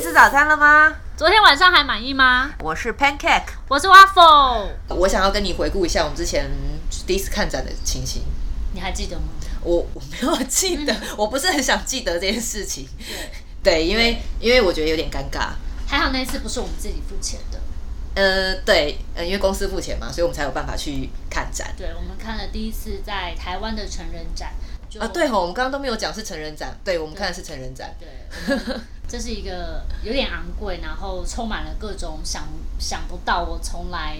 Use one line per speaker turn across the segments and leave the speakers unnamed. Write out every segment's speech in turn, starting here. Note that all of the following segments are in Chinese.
吃早餐了吗？
昨天晚上还满意吗？
我是 Pancake，
我是 Waffle，
我想要跟你回顾一下我们之前第一次看展的情形。
你还记得吗？
我我没有记得，
嗯
我不是很想记得这件事情。对，因为因为我觉得有点尴尬。
还好那一次不是我们自己付钱的。
呃，对，呃，因为公司付钱嘛，所以我们才有办法去看展。
对，我们看了第一次在台湾的成人展。就
啊，对吼，我们刚刚都没有讲是成人展，对我们看的是成人展。
对，我们 这是一个有点昂贵，然后充满了各种想想不到我从来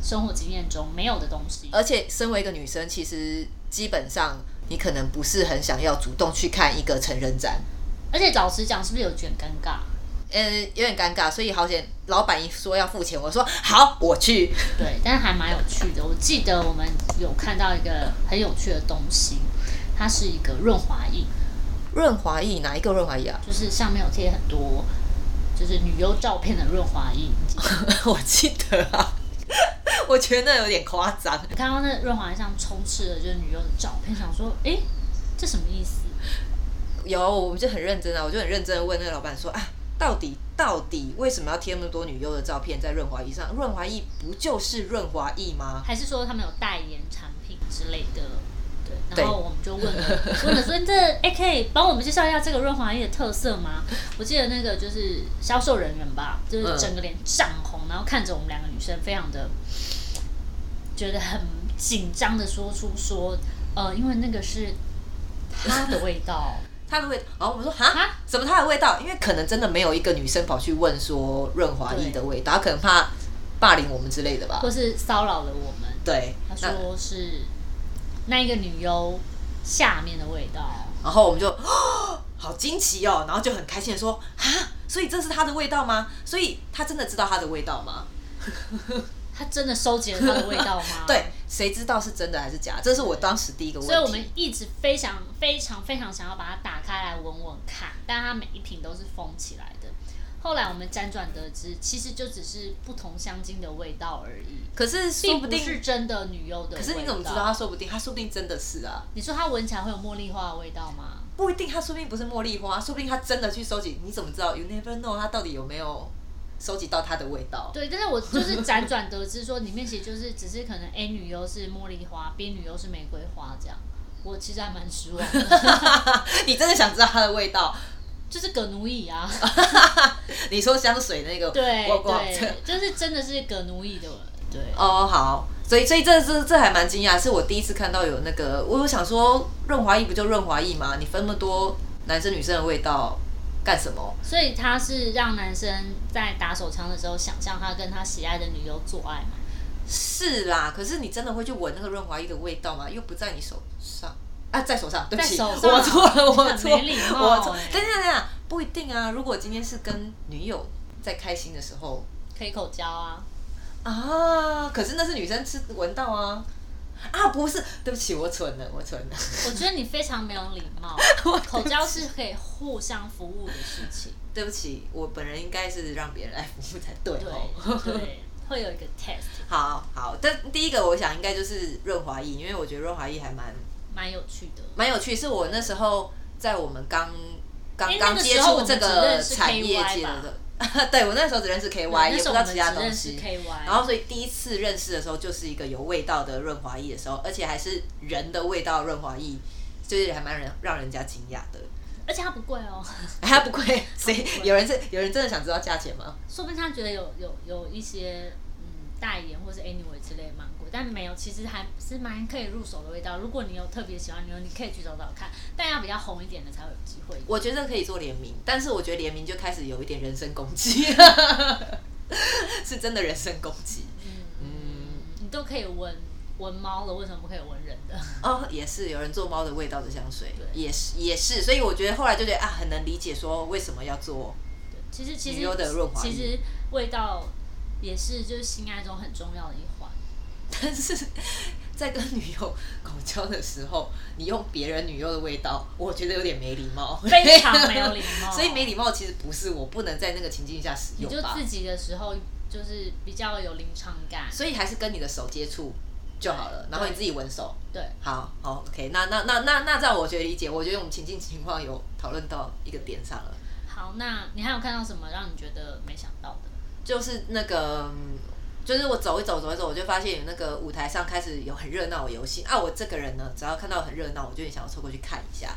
生活经验中没有的东西。
而且，身为一个女生，其实基本上你可能不是很想要主动去看一个成人展，
而且老实讲，是不是有点尴尬？
呃，有点尴尬，所以好险，老板一说要付钱，我说好，我去。
对，但是还蛮有趣的。我记得我们有看到一个很有趣的东西，它是一个润滑液，
润滑液哪一个润滑液啊？
就是上面有贴很多就是女优照片的润滑液。 你记得
我记得啊， 我觉得那有点夸张。
我看到那润滑液上充斥的就是女优的照片，想说，诶，这什么意思？
有，我们就很认真啊，我就很认真地问那个老板说啊，到底到底为什么要贴那么多女优的照片在润滑液上？润滑液不就是润滑液吗？
还是说他们有代言产品之类的？对，
对
然后我们就问了，问了说这哎、可以帮我们介绍一下这个润滑液的特色吗？我记得那个就是销售人员吧，就是整个脸涨红，然后看着我们两个女生，非常的觉得很紧张的说出说，呃，因为那个是它的味道
它的味道，然后我们说
啊
哈，什么它的味道？因为可能真的没有一个女生跑去问说润滑液的味道，她可能怕霸凌我们之类的吧
或。是骚扰了我们。
对，
他
那
说是那一个女优下面的味道。
然后我们就、 哦、好惊奇哦，然后就很开心的说啊，所以这是它的味道吗？所以他真的知道它的味道吗？？
他真的收集了它的味道吗
对，谁知道是真的还是假？这是我当时第一个问题。
所以我们一直非常非常非常想要把它打开来闻闻看，但它每一瓶都是封起来的。后来我们辗转得知，其实就只是不同香精的味道而已，
可是说
并
不
不
定，
是真的女优的
可
味道。
是你怎么知道他？说不定？他说不定真的是啊，
你说它闻起来会有茉莉花的味道吗？
不一定，他说不定不是茉莉花，说不定他真的去收集。你怎么知道？You never know，他到底有没有收集到它的味道？
对，但是我就是辗转得知说，里面其实就是只是可能 A 女优是茉莉花，B 女优是玫瑰花这样。我其实还蛮失望的，
你真的想知道它的味道？
就是葛奴乙啊，
你说香水那个，
对
我我
对，就是真的是葛奴乙的，对。
哦，好，所以所以这这这还蛮惊讶，是我第一次看到有那个，我有想说润滑液不就润滑液吗？你分那么多男生女生的味道干什么？
所以他是让男生在打手枪的时候，想象他跟他喜爱的女优做爱嘛？
是啦，可是你真的会去闻那个润滑液的味道吗？又不在你手上啊，在手上，对不起，
在手上
我错 了，我
很
错，
没礼貌
我错
欸。
等一下等一下，不一定啊。如果今天是跟女友在开心的时候
可以口交啊？
啊，可是那是女生吃闻到啊啊，不是，对不起，我蠢了，我蠢了。
我觉得你非常没有礼 貌。口交是可以互相服务的事情，
对不起，我本人应该是让别人来服务才 对哦。
对对，会有一个 test，
好好，但第一个我想应该就是润滑液，因为我觉得润滑液还蛮
蛮有趣的。
蛮有趣，是我那时候在我们刚刚
诶
刚
那个
接
时候我
触
们
这
只认识
产业
KY
界
吧
的， 对我那时候只认识 KY，也
对
不
那时
知
候
道
我们
其他
只
东
认识
西。
KY，
然后所以第一次认识的时候，就是一个有味道的润滑液的时候，而且还是人的味道润滑液，就是还蛮人让人家惊讶的。
而且它不贵哦，
还不贵，谁有人是有人真的想知道价钱吗？
说不定他觉得有有有一些嗯代言或是 anyway 之类的蛮贵，但没有，其实还是蛮可以入手的味道。如果你有特别喜欢牛，你可以去找找看，但要比较红一点的才会有机会。
我觉得可以做联名，但是我觉得联名就开始有一点人身攻击， 是真的人身攻击。
嗯，你都可以闻闻猫了，为什么不可以闻人的？
哦，也是有人做猫的味道的香水，
对
也是也是，所以我觉得后来就觉得啊，很能理解说为什么要做。
对，其实其
女
实
优的润滑液
其实味道也是就是性爱中很重要的一环。
但是在跟女友口交的时候，你用别人女友的味道，我觉得有点没礼貌，
非常没有礼 貌
所以没礼貌其实不是我不能在那个情境下使
你
用
就
吧
自，己的时候就是比较有临场感，
所以还是跟你的手接触就好了，然后你自己闻手。
对。
好好，OK，那那那那那，在我觉得理解，我觉得我们情境情况有讨论到一个点上了。
好，好，那你还有看到什么让你觉得没想到的？
就是那个，嗯就是我走一走走一走，我就发现有那个舞台上开始有很热闹的游戏啊。我这个人呢，只要看到很热闹，我就很想要凑过去看一下。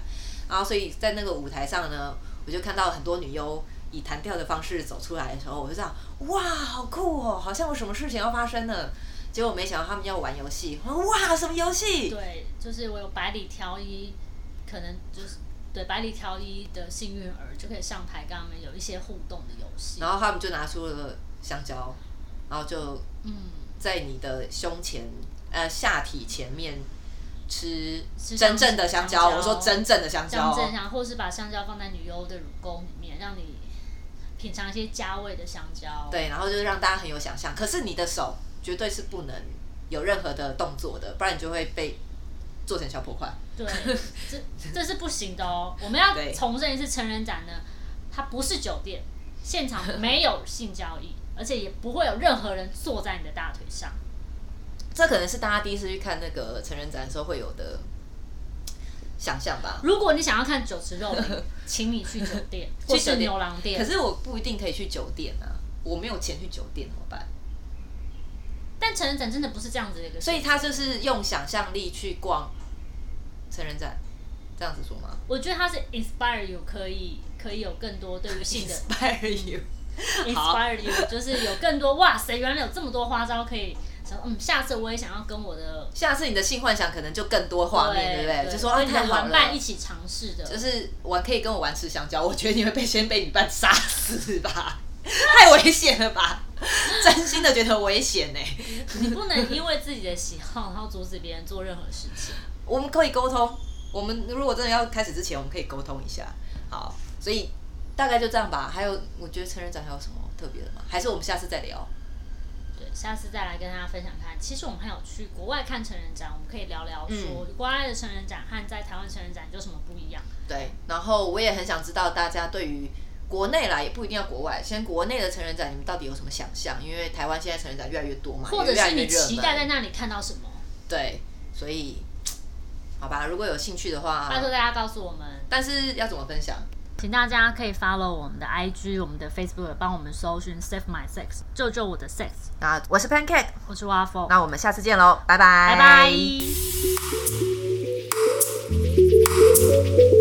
然后所以在那个舞台上呢，我就看到很多女优以弹跳的方式走出来的时候，我就这样，哇，好酷哦，好像有什么事情要发生呢。结果没想到他们要玩游戏，我说哇，什么游戏？
对，就是我有百里挑一，可能就是对百里挑一的幸运儿就可以上台跟他们有一些互动的游戏。
然后他们就拿出了香蕉，然后就
嗯，
在你的胸前呃下体前面吃
吃
真正的香蕉。
香蕉
我说真正的香蕉
像
哦，
正啊香，或是把香蕉放在女优的乳沟里面，让你品尝一些加味的香蕉。，
对，然后就是让大家很有想象。可是你的手绝对是不能有任何的动作的，不然你就会被做成小破块。
对，这 这是不行的哦。我们要
对
重申一次，成人展呢，它不是酒店，现场没有性交易，而且也不会有任何人坐在你的大腿 上。
这可能是大家第一次去看那个成人展的时候会有的想象吧。
如果你想要看酒池肉 林，请你去酒店，
或
去
酒
吃
店
牛郎店。
可是我不一定可以去酒店啊，我没有钱去酒店怎么办？
但成人展真的不是这样子的一个，
所以他就是用想象力去逛成人展，这样子说吗
我觉得它是 inspire you 可以可以有更多对于性的
？Inspire you，好
inspire you，就是有更多哇塞，原来有这么多花招可以。想嗯，下次我也想要跟我的
下次你的性幻想可能就更多画面，对不对？就说啊，
跟你
太
的
好
玩
了，
伴一起尝试的，
就是我可以跟我玩吃香蕉，我觉得你会被先被你伴杀死吧， 太危险了吧？ 真心的觉得危险呢、
你不能因为自己的喜好，然后阻止别人做任何事情。
我们可以沟通，我们如果真的要开始之前，我们可以沟通一下。好，所以大概就这样吧。还有，我觉得成人展还有什么特别的吗？还是我们下次再聊？
对，下次再来跟大家分享看。其实我们还有去国外看成人展，我们可以聊聊说
嗯
国外的成人展和在台湾成人展有什么不一样。
对，然后我也很想知道大家对于国内啦，也不一定要国外，先国内的成人展，你们到底有什么想象？因为台湾现在成人展越来越多嘛，
或者
也越来
是
越
你
热门
期待在那里看到什么？
对，所以好吧，如果有兴趣的话，
拜托大家告诉我们，
但是要怎么分享？
请大家可以 follow 我们的 IG、我们的 Facebook，帮我们搜寻 Save My Sex，救救我的 sex。
那我是 Pancake，
我是 Waffle，
那我们下次见喽，拜拜，
拜拜。